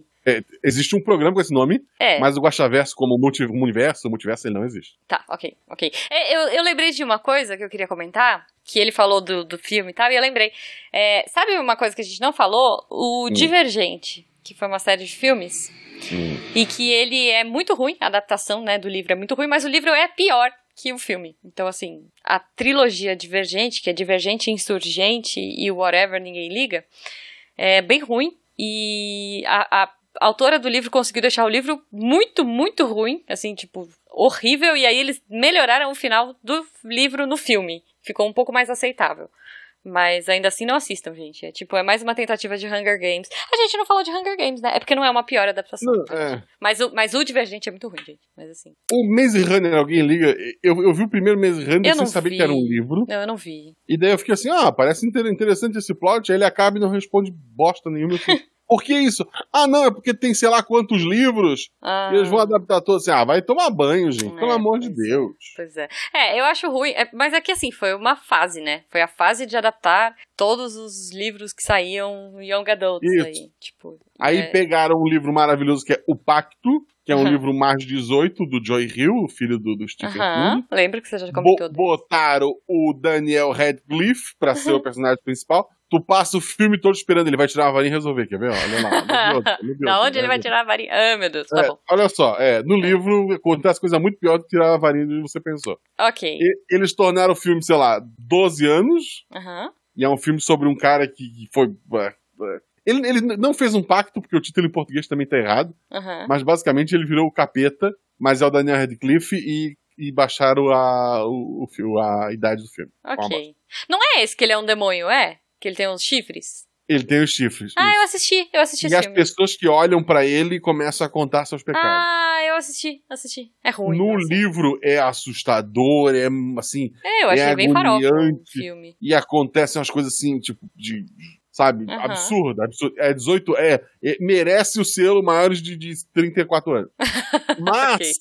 [SPEAKER 2] existe um programa com esse nome,
[SPEAKER 1] É,
[SPEAKER 2] mas o Guacha Verso como multi, um universo, multiverso, ele não existe.
[SPEAKER 1] tá, ok, ok. É, eu, eu lembrei de uma coisa que eu queria comentar, que ele falou do, do filme e tal, e eu lembrei. É, sabe uma coisa que a gente não falou? O
[SPEAKER 2] Hum.
[SPEAKER 1] Divergente, que foi uma série de filmes, e que ele é muito ruim, a adaptação né, do livro é muito ruim, mas o livro é pior que o filme. Então, assim, a trilogia Divergente, que é Divergente, Insurgente e Whatever Ninguém Liga, é bem ruim. E a, a autora do livro conseguiu deixar o livro muito, muito ruim, assim, tipo, horrível. E aí eles melhoraram o final do livro no filme. Ficou um pouco mais aceitável. Mas ainda assim não assistam, gente. É tipo, é mais uma tentativa de Hunger Games. A gente não falou de Hunger Games, né? É porque não é uma pior adaptação.
[SPEAKER 2] Não, é.
[SPEAKER 1] Mas o, mas o Divergente é muito ruim, gente. Mas assim.
[SPEAKER 2] O Maze Runner, alguém liga. Eu, eu vi o primeiro Maze Runner
[SPEAKER 1] Eu não
[SPEAKER 2] sem saber
[SPEAKER 1] vi.
[SPEAKER 2] que era um livro.
[SPEAKER 1] Não, eu não vi.
[SPEAKER 2] E daí eu fiquei assim, ah, parece inter- interessante esse plot, aí ele acaba e não responde bosta nenhuma. Eu fico, Por que isso? Ah, não, é porque tem sei lá quantos livros
[SPEAKER 1] Ah,
[SPEAKER 2] e eles vão adaptar todos assim. Ah, vai tomar banho, gente,
[SPEAKER 1] É,
[SPEAKER 2] pelo amor de
[SPEAKER 1] pois é.
[SPEAKER 2] Deus.
[SPEAKER 1] Pois é. É, eu acho ruim. é, mas é que assim, foi uma fase, né? Foi a fase de adaptar todos os livros que saíam Young Adults
[SPEAKER 2] Isso.
[SPEAKER 1] aí. Tipo.
[SPEAKER 2] Aí
[SPEAKER 1] é,
[SPEAKER 2] pegaram um livro maravilhoso que é O Pacto, que é um
[SPEAKER 1] Aham.
[SPEAKER 2] livro mais 18 do Joy Hill, o filho do, do Stephen
[SPEAKER 1] Aham.
[SPEAKER 2] King.
[SPEAKER 1] Lembra que você já
[SPEAKER 2] é Bo-
[SPEAKER 1] comentou? dele?
[SPEAKER 2] botaram o Daniel Radcliffe pra ser o personagem principal. Tu passa o filme todo esperando, ele vai tirar a varinha e resolver, quer ver? Olha lá. meu Deus, meu Deus,
[SPEAKER 1] da onde
[SPEAKER 2] meu
[SPEAKER 1] ele vai
[SPEAKER 2] Deus.
[SPEAKER 1] tirar a varinha? Ah, meu Deus, tá
[SPEAKER 2] É,
[SPEAKER 1] bom.
[SPEAKER 2] Olha só, é, no livro acontece coisa muito pior do que tirar a varinha do que você pensou.
[SPEAKER 1] Ok.
[SPEAKER 2] E- eles tornaram o filme, sei lá, 12 anos,
[SPEAKER 1] Aham.
[SPEAKER 2] e é um filme sobre um cara que, que foi. é, é. Ele, ele não fez um pacto, porque o título em português também tá errado,
[SPEAKER 1] Aham.
[SPEAKER 2] mas basicamente ele virou o capeta, mas é o Daniel Radcliffe e, e baixaram a, o, o fi- a idade do filme.
[SPEAKER 1] Ok. Não é esse que ele é um demônio, é? Que ele tem uns chifres.
[SPEAKER 2] Ele tem os chifres.
[SPEAKER 1] Ah, eu assisti, eu assisti
[SPEAKER 2] e
[SPEAKER 1] esse
[SPEAKER 2] as
[SPEAKER 1] filme.
[SPEAKER 2] pessoas que olham pra ele começam a contar seus pecados.
[SPEAKER 1] Ah, eu assisti, assisti. É ruim.
[SPEAKER 2] no
[SPEAKER 1] mas-
[SPEAKER 2] livro é assustador, é assim.
[SPEAKER 1] É, eu achei
[SPEAKER 2] é
[SPEAKER 1] bem farofa o
[SPEAKER 2] agoniante.
[SPEAKER 1] filme.
[SPEAKER 2] E acontecem umas coisas assim, tipo, de. Sabe?
[SPEAKER 1] Aham.
[SPEAKER 2] Absurda, absurda. É 18. É, é- merece o selo maiores de, de 34 anos. Mas
[SPEAKER 1] Ok.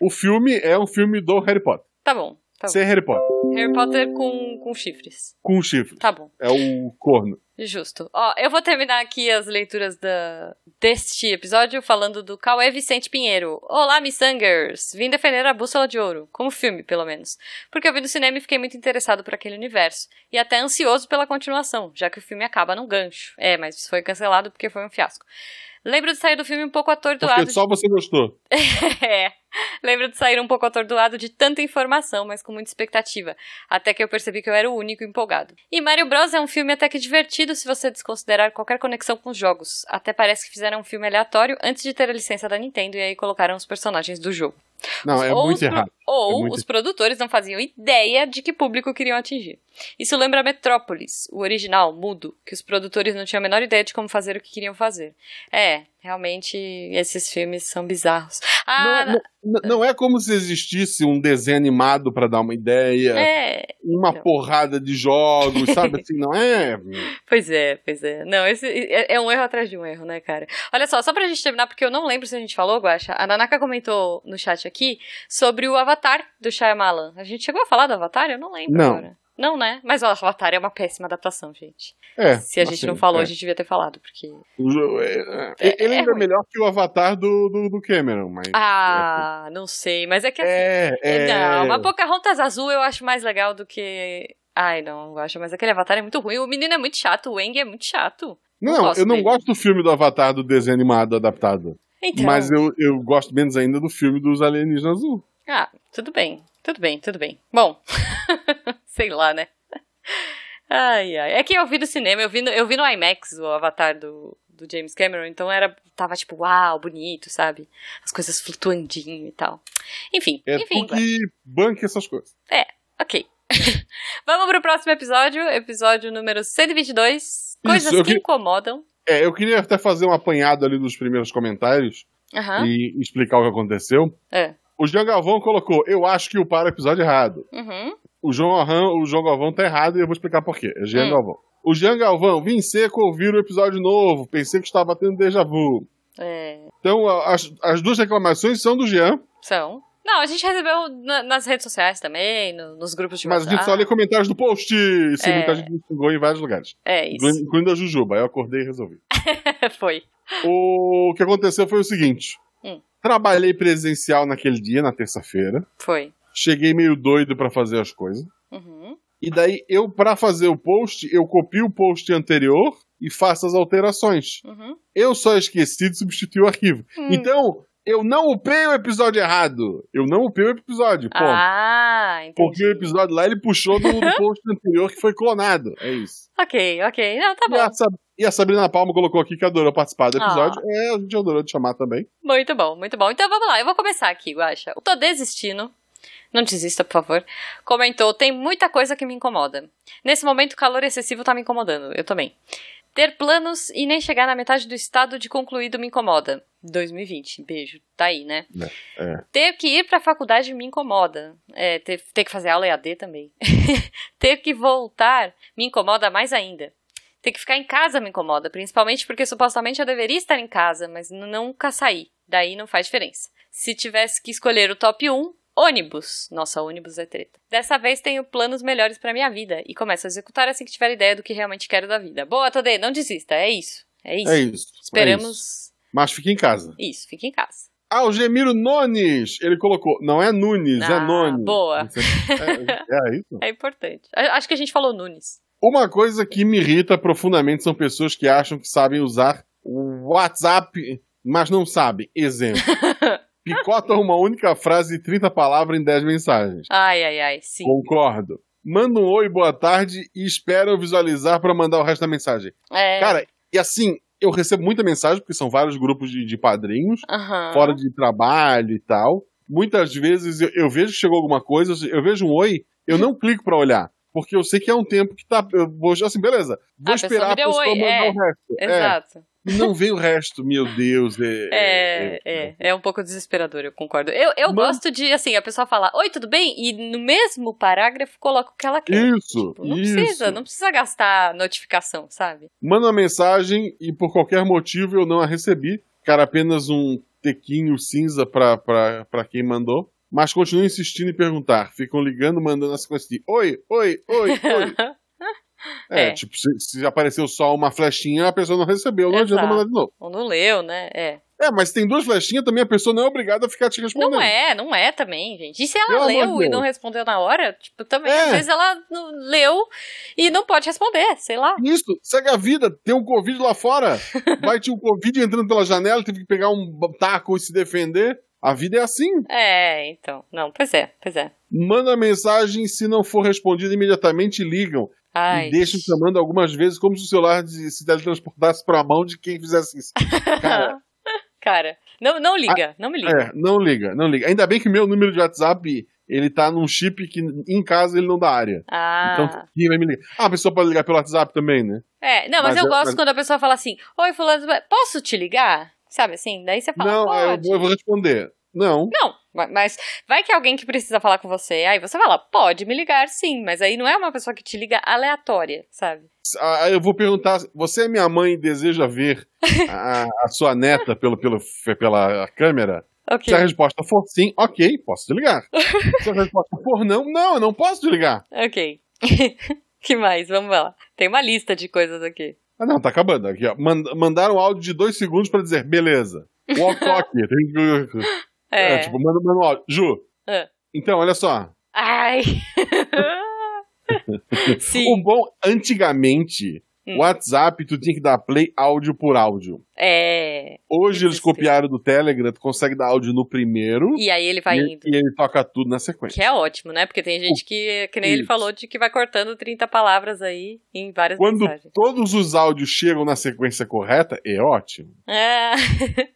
[SPEAKER 2] o filme é um filme do Harry Potter.
[SPEAKER 1] Tá bom, tá bom.
[SPEAKER 2] Sem Harry Potter.
[SPEAKER 1] Harry Potter com, com chifres.
[SPEAKER 2] Com chifre.
[SPEAKER 1] Tá bom.
[SPEAKER 2] É o corno.
[SPEAKER 1] Justo. Ó, eu vou terminar aqui as leituras da, deste episódio falando do Cauê Vicente Pinheiro. Olá, Missangers! Vim defender a Bússola de Ouro, como filme, pelo menos. Porque eu vi no cinema e fiquei muito interessado por aquele universo. E até ansioso pela continuação, já que o filme acaba num gancho. É, mas foi cancelado porque foi um fiasco. Lembro de sair do filme um pouco atordoado.
[SPEAKER 2] Porque só você gostou.
[SPEAKER 1] É. Lembro de sair um pouco atordoado de tanta informação, mas com muita expectativa. Até que eu percebi que eu era o único empolgado. E Mario Bros. é um filme até que divertido se você desconsiderar qualquer conexão com os jogos. Até parece que fizeram um filme aleatório antes de ter a licença da Nintendo e aí colocaram os personagens do jogo.
[SPEAKER 2] Não, é
[SPEAKER 1] Ou os
[SPEAKER 2] muito
[SPEAKER 1] pro-
[SPEAKER 2] errado.
[SPEAKER 1] Ou
[SPEAKER 2] É muito-
[SPEAKER 1] os produtores não faziam ideia de que público queriam atingir. Isso lembra Metrópolis, o original, mudo, que os produtores não tinham a menor ideia de como fazer o que queriam fazer. É, realmente, esses filmes são bizarros. Ah,
[SPEAKER 2] não, não- não é como se existisse um desenho animado pra dar uma ideia,
[SPEAKER 1] é,
[SPEAKER 2] uma
[SPEAKER 1] não.
[SPEAKER 2] porrada de jogos, sabe? Assim, não é.
[SPEAKER 1] Pois é, pois é. Não, esse é, é um erro atrás de um erro, né, cara? Olha só, só pra gente terminar, porque eu não lembro se a gente falou, Guaxa, a Nanaka comentou no chat aqui sobre o Avatar do Shyamalan. A gente chegou a falar do Avatar? Eu não lembro
[SPEAKER 2] Não.
[SPEAKER 1] agora. Não, né? Mas o Avatar é uma péssima adaptação, gente.
[SPEAKER 2] é
[SPEAKER 1] se a gente
[SPEAKER 2] assim,
[SPEAKER 1] não falou,
[SPEAKER 2] é.
[SPEAKER 1] a gente devia ter falado, porque...
[SPEAKER 2] O jo- é- é-
[SPEAKER 1] É-
[SPEAKER 2] ele
[SPEAKER 1] é
[SPEAKER 2] ainda é
[SPEAKER 1] ruim.
[SPEAKER 2] melhor que o Avatar do, do, do Cameron, mas.
[SPEAKER 1] Ah, não sei, mas é que assim...
[SPEAKER 2] é, é.
[SPEAKER 1] Não, mas Pocahontas Azul eu acho mais legal do que... Ai, não, Guaxa, mas aquele Avatar é muito ruim. O menino é muito chato, o Eng é muito chato.
[SPEAKER 2] Não,
[SPEAKER 1] não gosto
[SPEAKER 2] eu não
[SPEAKER 1] dele.
[SPEAKER 2] gosto do filme do Avatar do desenho animado adaptado.
[SPEAKER 1] Então...
[SPEAKER 2] Mas eu, eu gosto menos ainda do filme dos Alienígenas Azul.
[SPEAKER 1] Ah, tudo bem, tudo bem, tudo bem. Bom, sei lá, né? Ai, ai. É que eu vi do cinema, eu vi no, eu vi no IMAX o Avatar do, do James Cameron, então era tava tipo, uau, bonito, sabe? As coisas flutuandinho e tal. Enfim,
[SPEAKER 2] É
[SPEAKER 1] enfim.
[SPEAKER 2] tu que banca essas coisas.
[SPEAKER 1] Ok. Vamos pro próximo episódio, episódio número 122, coisas
[SPEAKER 2] eu
[SPEAKER 1] que
[SPEAKER 2] que-
[SPEAKER 1] incomodam.
[SPEAKER 2] É, eu queria até fazer um apanhado ali dos primeiros comentários
[SPEAKER 1] Aham.
[SPEAKER 2] e explicar o que aconteceu.
[SPEAKER 1] É.
[SPEAKER 2] O Jean Galvão colocou: Eu acho que o para o episódio errado.
[SPEAKER 1] Uhum.
[SPEAKER 2] O João, Arran, o João Galvão tá errado e eu vou explicar por quê. É Jean
[SPEAKER 1] Hum.
[SPEAKER 2] Galvão. O Jean Galvão, vim seco ouvir o episódio novo. Pensei que estava tendo déjà vu.
[SPEAKER 1] É,
[SPEAKER 2] Então, a- as, as duas reclamações são do Jean,
[SPEAKER 1] são. Não, a gente recebeu na- nas redes sociais também, no- nos grupos de
[SPEAKER 2] mas a gente só lê comentários do post. Sim,
[SPEAKER 1] É.
[SPEAKER 2] muita gente me xingou em vários lugares,
[SPEAKER 1] É isso.
[SPEAKER 2] incluindo a Jujuba. Eu acordei e resolvi.
[SPEAKER 1] Foi.
[SPEAKER 2] O que aconteceu foi o seguinte:
[SPEAKER 1] Hum.
[SPEAKER 2] trabalhei presencial naquele dia, na terça-feira.
[SPEAKER 1] Foi.
[SPEAKER 2] Cheguei meio doido pra fazer as coisas.
[SPEAKER 1] Uhum.
[SPEAKER 2] E daí, eu, pra fazer o post, eu copio o post anterior e faço as alterações.
[SPEAKER 1] Uhum.
[SPEAKER 2] Eu só esqueci de substituir o arquivo.
[SPEAKER 1] Hum.
[SPEAKER 2] Então, eu não upei o episódio errado. Eu não upei o episódio, pô.
[SPEAKER 1] ah, entendi.
[SPEAKER 2] Porque o episódio lá ele puxou do, do post anterior que foi clonado. É isso.
[SPEAKER 1] Ok, ok. Não, tá
[SPEAKER 2] E
[SPEAKER 1] bom.
[SPEAKER 2] a, Sab- e a Sabrina Palma colocou aqui que adorou participar do
[SPEAKER 1] Ah.
[SPEAKER 2] episódio. É, a gente adorou te chamar também.
[SPEAKER 1] Muito bom, muito bom. Então vamos lá, eu vou começar aqui, Guaxa. Tô desistindo. Não desista, por favor. Comentou: tem muita coisa que me incomoda. Nesse momento, o calor excessivo tá me incomodando. Eu também. Ter planos e nem chegar na metade do estado de concluído me incomoda. 2020, beijo. Tá aí, né?
[SPEAKER 2] É.
[SPEAKER 1] Ter que ir pra faculdade me incomoda. É, ter, ter que fazer aula EAD também. ter que voltar me incomoda mais ainda. Ter que ficar em casa me incomoda, principalmente porque supostamente eu deveria estar em casa, mas n- nunca saí. Daí não faz diferença. Se tivesse que escolher o top 1, ônibus. Nossa, ônibus é treta. Dessa vez tenho planos melhores pra minha vida e começo a executar assim que tiver ideia do que realmente quero da vida. Boa, Todê, não desista, é isso. É isso.
[SPEAKER 2] É isso.
[SPEAKER 1] Esperamos.
[SPEAKER 2] É isso. Mas fique em casa.
[SPEAKER 1] isso, fique em casa.
[SPEAKER 2] Algemiro Nunes, ele colocou. Não é Nunes, é
[SPEAKER 1] Ah,
[SPEAKER 2] Nunes.
[SPEAKER 1] boa.
[SPEAKER 2] É, é isso.
[SPEAKER 1] É importante. A- Acho que a gente falou Nunes.
[SPEAKER 2] Uma coisa que me irrita profundamente são pessoas que acham que sabem usar o WhatsApp, mas não sabem. Exemplo. Picotam uma única frase de 30 palavras em 10 mensagens.
[SPEAKER 1] Ai, ai, ai, sim.
[SPEAKER 2] Concordo. Manda um oi, boa tarde e espera eu visualizar pra mandar o resto da mensagem.
[SPEAKER 1] É,
[SPEAKER 2] Cara, e assim, eu recebo muita mensagem, porque são vários grupos de, de padrinhos,
[SPEAKER 1] aham.
[SPEAKER 2] fora de trabalho e tal. Muitas vezes eu, eu vejo que chegou alguma coisa, eu vejo um oi, eu não clico pra olhar. Porque eu sei que é um tempo que tá. Eu vou, assim, beleza. Vou
[SPEAKER 1] A pessoa
[SPEAKER 2] esperar
[SPEAKER 1] me deu
[SPEAKER 2] a pessoa
[SPEAKER 1] oi,
[SPEAKER 2] mandar
[SPEAKER 1] é.
[SPEAKER 2] o resto. É.
[SPEAKER 1] Exato.
[SPEAKER 2] E não vem o resto, meu Deus. É,
[SPEAKER 1] É, é, é um pouco desesperador, eu concordo. Eu, eu
[SPEAKER 2] Mas-
[SPEAKER 1] gosto de, assim, a pessoa falar, oi, tudo bem? E no mesmo parágrafo coloca o que ela quer.
[SPEAKER 2] Isso,
[SPEAKER 1] Tipo, não
[SPEAKER 2] isso.
[SPEAKER 1] precisa, não precisa gastar notificação, sabe?
[SPEAKER 2] Manda uma mensagem e por qualquer motivo eu não a recebi. Cara, apenas um tequinho cinza pra, pra, pra quem mandou. Mas continuam insistindo em perguntar. Ficam ligando, mandando as coisas de oi, oi, oi, oi. É,
[SPEAKER 1] É.
[SPEAKER 2] tipo, se, se apareceu só uma flechinha, a pessoa não recebeu. Não adianta
[SPEAKER 1] Exato.
[SPEAKER 2] mandar de novo.
[SPEAKER 1] Ou não leu, né? É.
[SPEAKER 2] É, mas tem duas flechinhas também, a pessoa não é obrigada a ficar te respondendo.
[SPEAKER 1] Não é, não é também, gente. E se ela
[SPEAKER 2] Pelo amor de
[SPEAKER 1] leu e
[SPEAKER 2] Deus.
[SPEAKER 1] não respondeu na hora, tipo, também,
[SPEAKER 2] É.
[SPEAKER 1] às vezes ela não leu e não pode responder, sei lá.
[SPEAKER 2] Isso, segue a vida, tem um Covid lá fora. Vai ter um Covid entrando pela janela, teve que pegar um taco e se defender. A vida é assim.
[SPEAKER 1] É, então. Não, pois é, pois é.
[SPEAKER 2] Manda mensagem, se não for respondida imediatamente, ligam.
[SPEAKER 1] Ai.
[SPEAKER 2] E deixam chamando algumas vezes, como se o celular de- se teletransportasse para a mão de quem fizesse isso. Cara,
[SPEAKER 1] Cara, não, não liga, não me liga.
[SPEAKER 2] é, não liga, não liga. Ainda bem que o meu número de WhatsApp, ele tá num chip que em casa ele não dá área.
[SPEAKER 1] Ah.
[SPEAKER 2] Então, quem vai me ligar? Ah, a pessoa pode ligar pelo WhatsApp também, né?
[SPEAKER 1] É, não, mas,
[SPEAKER 2] Mas
[SPEAKER 1] eu,
[SPEAKER 2] eu-
[SPEAKER 1] gosto
[SPEAKER 2] mas-
[SPEAKER 1] quando a pessoa fala assim, oi, fulano, posso te ligar? Sabe assim? Daí você fala,
[SPEAKER 2] não, é, eu,
[SPEAKER 1] pode.
[SPEAKER 2] vou, eu vou responder. Não.
[SPEAKER 1] Não, ma- mas vai que alguém que precisa falar com você, aí você fala, pode me ligar sim, mas aí não é uma pessoa que te liga aleatória, sabe?
[SPEAKER 2] Ah, eu vou perguntar, você é minha mãe e deseja ver a, a sua neta pelo, pelo, pela câmera?
[SPEAKER 1] Ok.
[SPEAKER 2] Se a resposta for sim, ok, posso te ligar. Se a resposta for não, não, eu não posso te ligar.
[SPEAKER 1] Ok. que mais? Vamos lá. Tem uma lista de coisas aqui.
[SPEAKER 2] Ah, não, tá acabando. Aqui, ó. Mand- Mandaram um áudio de dois segundos pra dizer, beleza. Walk talk.
[SPEAKER 1] É.
[SPEAKER 2] tipo, manda, manda um áudio. Ju.
[SPEAKER 1] É.
[SPEAKER 2] Então, olha só.
[SPEAKER 1] Ai.
[SPEAKER 2] O
[SPEAKER 1] sim.
[SPEAKER 2] bom, antigamente,
[SPEAKER 1] Hum.
[SPEAKER 2] WhatsApp, tu tinha que dar play áudio por áudio.
[SPEAKER 1] É.
[SPEAKER 2] Hoje
[SPEAKER 1] Que
[SPEAKER 2] eles
[SPEAKER 1] desespero.
[SPEAKER 2] copiaram do Telegram, tu consegue dar áudio no primeiro.
[SPEAKER 1] E aí ele vai
[SPEAKER 2] e,
[SPEAKER 1] Tá indo.
[SPEAKER 2] e ele toca tudo na sequência.
[SPEAKER 1] Que é ótimo, né? Porque tem gente que, que nem ele
[SPEAKER 2] Isso.
[SPEAKER 1] falou, de que vai cortando 30 palavras aí em várias
[SPEAKER 2] Quando
[SPEAKER 1] mensagens.
[SPEAKER 2] todos os áudios chegam na sequência correta, é ótimo.
[SPEAKER 1] É.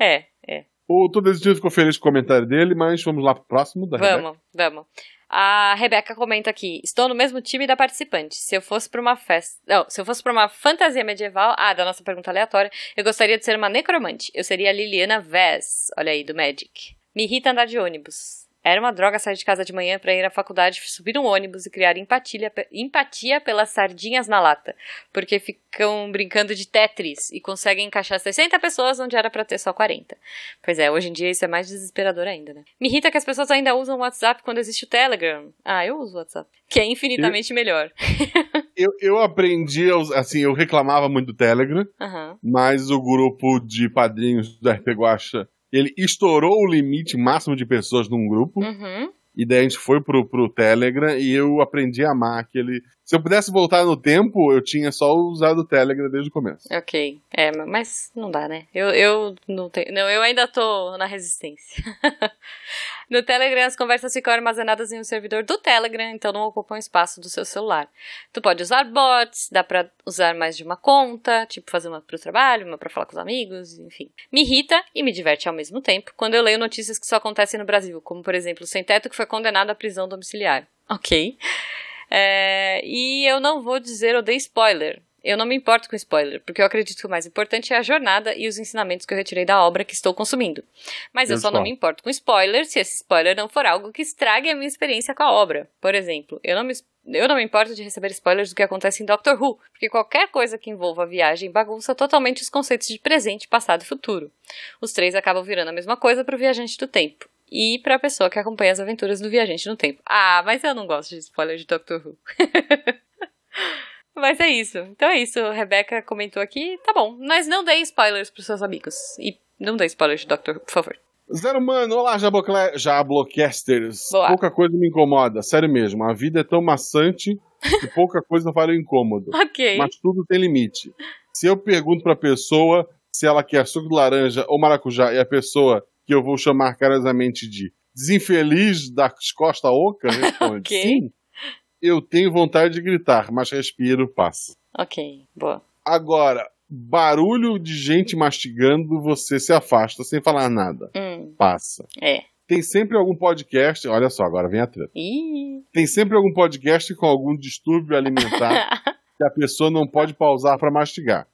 [SPEAKER 1] é, é.
[SPEAKER 2] O Tô Desistindo ficou feliz com o comentário dele, mas vamos lá pro próximo da Rebeca.
[SPEAKER 1] Vamos, vamos. A Rebeca comenta aqui: estou no mesmo time da participante. Se eu fosse pra uma festa. Não, se eu fosse pra uma fantasia medieval. Ah, da nossa pergunta aleatória. Eu gostaria de ser uma necromante. Eu seria a Liliana Vess. Olha aí, do Magic. Me irrita andar de ônibus. Era uma droga sair de casa de manhã pra ir à faculdade, subir um ônibus e criar empatia, empatia pelas sardinhas na lata. Porque ficam brincando de Tetris e conseguem encaixar 60 pessoas onde era pra ter só 40. Pois é, hoje em dia isso é mais desesperador ainda, né? Me irrita que as pessoas ainda usam o WhatsApp quando existe o Telegram. Ah, eu uso o WhatsApp. Que é infinitamente melhor.
[SPEAKER 2] Eu, eu aprendi, a us- assim, eu reclamava muito do Telegram,
[SPEAKER 1] Aham.
[SPEAKER 2] mas o grupo de padrinhos da RP Guacha, ele estourou o limite máximo de pessoas num grupo,
[SPEAKER 1] Uhum.
[SPEAKER 2] e daí a gente foi pro, pro Telegram e eu aprendi a amar aquele. Se eu pudesse voltar no tempo, eu tinha só usado o Telegram desde o começo.
[SPEAKER 1] Ok. É, ma- mas não dá, né? Eu, eu não tenho. Não, eu ainda tô na resistência. no Telegram, as conversas ficam armazenadas em um servidor do Telegram, então não ocupam espaço do seu celular. Tu pode usar bots, dá pra usar mais de uma conta, tipo fazer uma pro trabalho, uma pra falar com os amigos, enfim. Me irrita e me diverte ao mesmo tempo quando eu leio notícias que só acontecem no Brasil, como por exemplo, o sem teto que foi condenado à prisão domiciliar. Ok. É, e eu não vou dizer eu dei spoiler. Eu não me importo com spoiler, porque eu acredito que o mais importante é a jornada e os ensinamentos que eu retirei da obra que estou consumindo. Mas eu,
[SPEAKER 2] Eu
[SPEAKER 1] só não
[SPEAKER 2] só.
[SPEAKER 1] me importo com spoiler se esse spoiler não for algo que estrague a minha experiência com a obra. Por exemplo, eu não me, eu não me importo de receber spoilers do que acontece em Doctor Who, porque qualquer coisa que envolva viagem bagunça totalmente os conceitos de presente, passado e futuro. Os três acabam virando a mesma coisa para o viajante do tempo. E para a pessoa que acompanha as aventuras do viajante no tempo. Ah, mas eu não gosto de spoiler de Doctor Who. mas é isso. Então é isso. A Rebeca comentou aqui. Tá bom. Mas não dê spoilers pros seus amigos. E não dê spoilers de Doctor Who, por favor.
[SPEAKER 2] Zero Mano, olá, Jabocle... Jablocasters.
[SPEAKER 1] Boa.
[SPEAKER 2] Pouca coisa me incomoda, sério mesmo. A vida é tão maçante que pouca coisa vale o incômodo.
[SPEAKER 1] Ok.
[SPEAKER 2] Mas tudo tem limite. Se eu pergunto pra pessoa se ela quer suco de laranja ou maracujá, e a pessoa que eu vou chamar carinhosamente de desinfeliz das costas oca responde
[SPEAKER 1] Ok.
[SPEAKER 2] sim, eu tenho vontade de gritar, mas respiro, passa.
[SPEAKER 1] Ok. Boa.
[SPEAKER 2] Agora, barulho de gente mastigando, você se afasta sem falar nada,
[SPEAKER 1] Hum,
[SPEAKER 2] passa.
[SPEAKER 1] é.
[SPEAKER 2] Tem sempre algum podcast, olha só, agora vem a treta.
[SPEAKER 1] Ih.
[SPEAKER 2] Tem sempre algum podcast com algum distúrbio alimentar que a pessoa não pode pausar pra mastigar.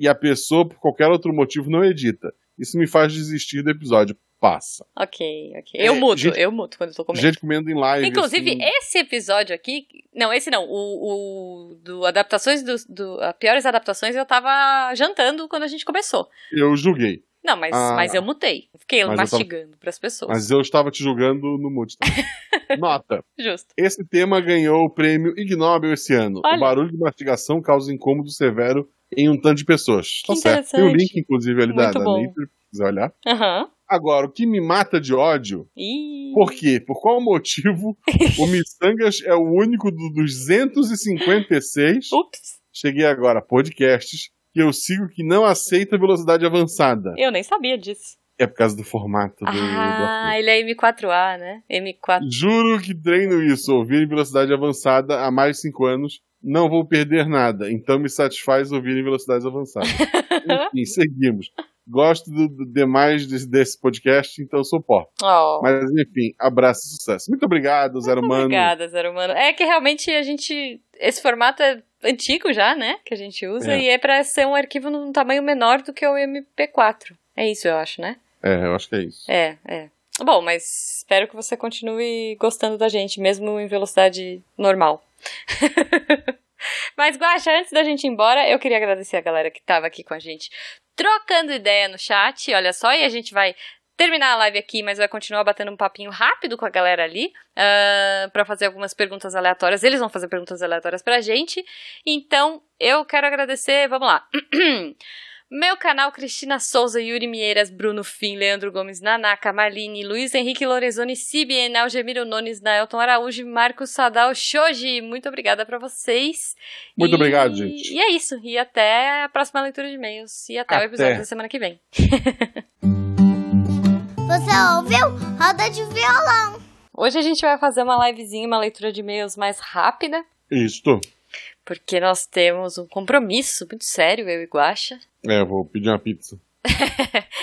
[SPEAKER 2] E a pessoa, por qualquer outro motivo, não edita. Isso me faz desistir do episódio. Passa.
[SPEAKER 1] ok, ok.
[SPEAKER 2] É,
[SPEAKER 1] Eu mudo,
[SPEAKER 2] gente-
[SPEAKER 1] eu mudo quando eu tô comendo.
[SPEAKER 2] Gente comendo em live.
[SPEAKER 1] é? Inclusive, é-
[SPEAKER 2] assim.
[SPEAKER 1] esse episódio aqui. Não, esse não. O, o do Adaptações do. do a piores adaptações eu tava jantando quando a gente começou.
[SPEAKER 2] eu julguei.
[SPEAKER 1] Não, mas,
[SPEAKER 2] Ah.
[SPEAKER 1] mas eu mutei. Fiquei
[SPEAKER 2] Mas eu tava-
[SPEAKER 1] mastigando pras pessoas.
[SPEAKER 2] Mas eu estava te julgando no mute. também. Nota.
[SPEAKER 1] Justo.
[SPEAKER 2] Esse tema ganhou o prêmio Ig Nobel esse ano.
[SPEAKER 1] Olha.
[SPEAKER 2] O barulho de mastigação causa incômodo severo em um tanto de pessoas.
[SPEAKER 1] Que
[SPEAKER 2] tá certo. Tem um
[SPEAKER 1] interessante.
[SPEAKER 2] link, inclusive, ali da,
[SPEAKER 1] Muito
[SPEAKER 2] da
[SPEAKER 1] bom.
[SPEAKER 2] Nature, se quiser olhar.
[SPEAKER 1] Aham.
[SPEAKER 2] Agora, o que me mata de ódio,
[SPEAKER 1] Ih.
[SPEAKER 2] por quê? Por qual motivo o Missangas é o único dos 256,
[SPEAKER 1] Ups,
[SPEAKER 2] cheguei agora, podcasts, que eu sigo que não aceita velocidade avançada.
[SPEAKER 1] eu nem sabia disso.
[SPEAKER 2] É por causa do formato do...
[SPEAKER 1] Ah, ele é M4A, né? M4.
[SPEAKER 2] do... Juro que treino isso, ouvir em velocidade avançada há mais de 5 anos. Não vou perder nada, então me satisfaz ouvir em velocidades avançadas. Enfim, seguimos. Gosto do, do- demais desse, desse podcast, então suporto.
[SPEAKER 1] Oh.
[SPEAKER 2] Mas enfim, abraço e sucesso. Muito obrigado, Zero Mano.
[SPEAKER 1] Obrigada, Zero Humano. É que realmente a gente. Esse formato é antigo já, né? Que a gente usa.
[SPEAKER 2] É.
[SPEAKER 1] E é pra ser um arquivo num tamanho menor do que o MP4. É isso, eu acho, né?
[SPEAKER 2] É, eu acho que é isso.
[SPEAKER 1] É, é. Bom, mas espero que você continue gostando da gente, mesmo em velocidade normal. mas, Guaxa, antes da gente ir embora, eu queria agradecer a galera que estava aqui com a gente, trocando ideia no chat. Olha só, e a gente vai terminar a live aqui, mas vai continuar batendo um papinho rápido com a galera ali, ah, pra fazer algumas perguntas aleatórias. Eles vão fazer perguntas aleatórias pra gente. Então, eu quero agradecer, vamos lá. Meu canal Cristina Souza, Yuri Mieiras, Bruno Fim, Leandro Gomes, Nanaka, Marlene, Luiz Henrique Lorenzoni, Cibien, Algemiro Nunes, Naelton Araújo, e Marcos Sadal, Shoji. Muito obrigada pra vocês.
[SPEAKER 2] Muito
[SPEAKER 1] E-
[SPEAKER 2] obrigado, gente.
[SPEAKER 1] E é isso. E até a próxima leitura de e-mails. E até, o
[SPEAKER 2] Até.
[SPEAKER 1] episódio da semana que vem.
[SPEAKER 3] Você ouviu? Roda de violão.
[SPEAKER 1] Hoje a gente vai fazer uma livezinha, uma leitura de e-mails mais rápida,
[SPEAKER 2] Isto.
[SPEAKER 1] porque nós temos um compromisso muito sério, eu e Guaxa.
[SPEAKER 2] É, eu vou pedir uma pizza.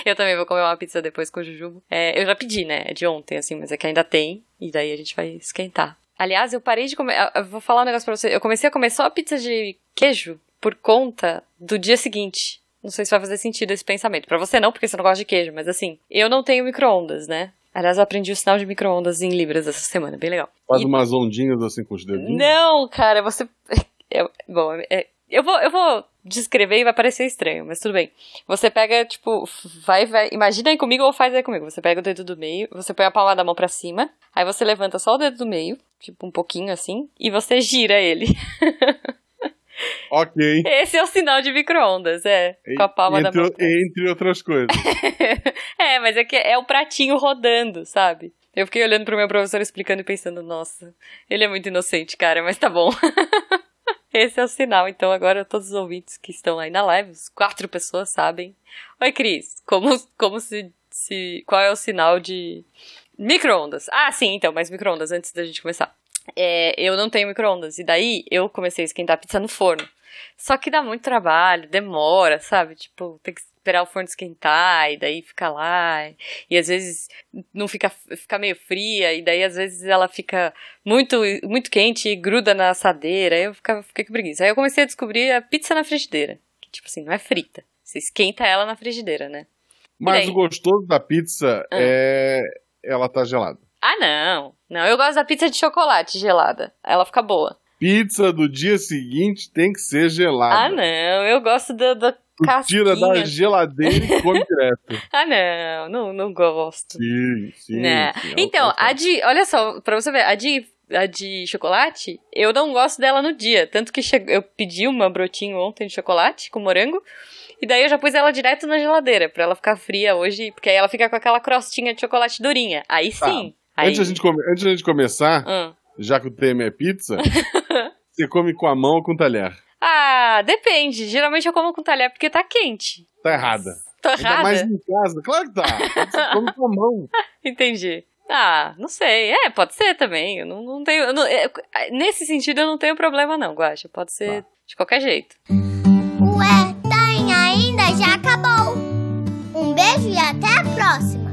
[SPEAKER 1] Eu também vou comer uma pizza depois com o Jujubo. É, eu já pedi, né? É de ontem, assim, mas é que ainda tem, e daí a gente vai esquentar. Aliás, eu parei de comer. eu Vou falar um negócio pra você. Eu comecei a comer só pizza de queijo por conta do dia seguinte. Não sei se vai fazer sentido esse pensamento. Pra você não, porque você não gosta de queijo, mas assim, eu não tenho micro-ondas, né? Aliás, eu aprendi o sinal de micro-ondas em Libras essa semana, bem legal.
[SPEAKER 2] Faz
[SPEAKER 1] E- Né?
[SPEAKER 2] umas ondinhas assim com os dedinhos.
[SPEAKER 1] Não, cara, você. Eu- bom, é- eu, vou, eu vou descrever e vai parecer estranho, mas tudo bem. Você pega, tipo, vai, vai. Imagina aí comigo ou faz aí comigo. Você pega o dedo do meio, você põe a palma da mão pra cima, aí você levanta só o dedo do meio, tipo, um pouquinho assim, e você gira ele.
[SPEAKER 2] Ok.
[SPEAKER 1] Esse é o sinal de micro-ondas, é. Com a palma
[SPEAKER 2] entre,
[SPEAKER 1] da mão. pra-
[SPEAKER 2] entre outras coisas.
[SPEAKER 1] é, mas é que é o pratinho rodando, sabe? Eu fiquei olhando pro meu professor explicando e pensando, nossa, ele é muito inocente, cara, mas tá bom. Esse é o sinal, então agora todos os ouvintes que estão aí na live, os quatro pessoas sabem. Oi, Cris, como, como se, se. Qual é o sinal de. Micro-ondas. Ah, sim, então, mas micro-ondas, antes da gente começar. É, eu não tenho micro-ondas, e daí eu comecei a esquentar a pizza no forno. Só que dá muito trabalho, demora, sabe? Tipo, tem que esperar o forno esquentar e daí fica lá. E às vezes não fica, fica meio fria, e daí às vezes ela fica muito, muito quente e gruda na assadeira. Aí eu ficava, fiquei com preguiça. Aí eu comecei a descobrir a pizza na frigideira. Que, tipo assim, não é frita. Você esquenta ela na frigideira, né?
[SPEAKER 2] Mas
[SPEAKER 1] daí?
[SPEAKER 2] o gostoso da pizza
[SPEAKER 1] Ah.
[SPEAKER 2] é. Ela tá gelada.
[SPEAKER 1] Ah, não! Não, eu gosto da pizza de chocolate gelada. Ela fica boa.
[SPEAKER 2] Pizza do dia seguinte tem que ser gelada.
[SPEAKER 1] Ah, não! Eu gosto da, da
[SPEAKER 2] Tu
[SPEAKER 1] casquinha.
[SPEAKER 2] tira da geladeira e come direto.
[SPEAKER 1] Ah, não! Não, não gosto.
[SPEAKER 2] Sim, sim.
[SPEAKER 1] Né?
[SPEAKER 2] sim, é o
[SPEAKER 1] Então, a
[SPEAKER 2] que eu falo.
[SPEAKER 1] de. Olha só, pra você ver, a de, a de chocolate, eu não gosto dela no dia. Tanto que che- eu pedi uma brotinho ontem de chocolate com morango. E daí eu já pus ela direto na geladeira, pra ela ficar fria hoje. Porque aí ela fica com aquela crostinha de chocolate durinha. Aí sim. aí...
[SPEAKER 2] Tá. Antes, da gente come- antes da gente começar,
[SPEAKER 1] Hum.
[SPEAKER 2] já que o tema é pizza, você come com a mão ou com o talher?
[SPEAKER 1] Ah, depende. Geralmente eu como com talher porque tá quente.
[SPEAKER 2] Tá errada.
[SPEAKER 1] Tô
[SPEAKER 2] Ainda
[SPEAKER 1] errada.
[SPEAKER 2] mais em casa. Claro que tá. Você come com a mão.
[SPEAKER 1] Entendi. Ah, não sei. É, pode ser também. Eu não, não tenho. eu não- é, nesse sentido, eu não tenho problema, não, Guacha. Pode ser
[SPEAKER 2] Tá.
[SPEAKER 1] de qualquer jeito.
[SPEAKER 3] tá, Ué, tem ainda? Já acabou. Um beijo e até a próxima.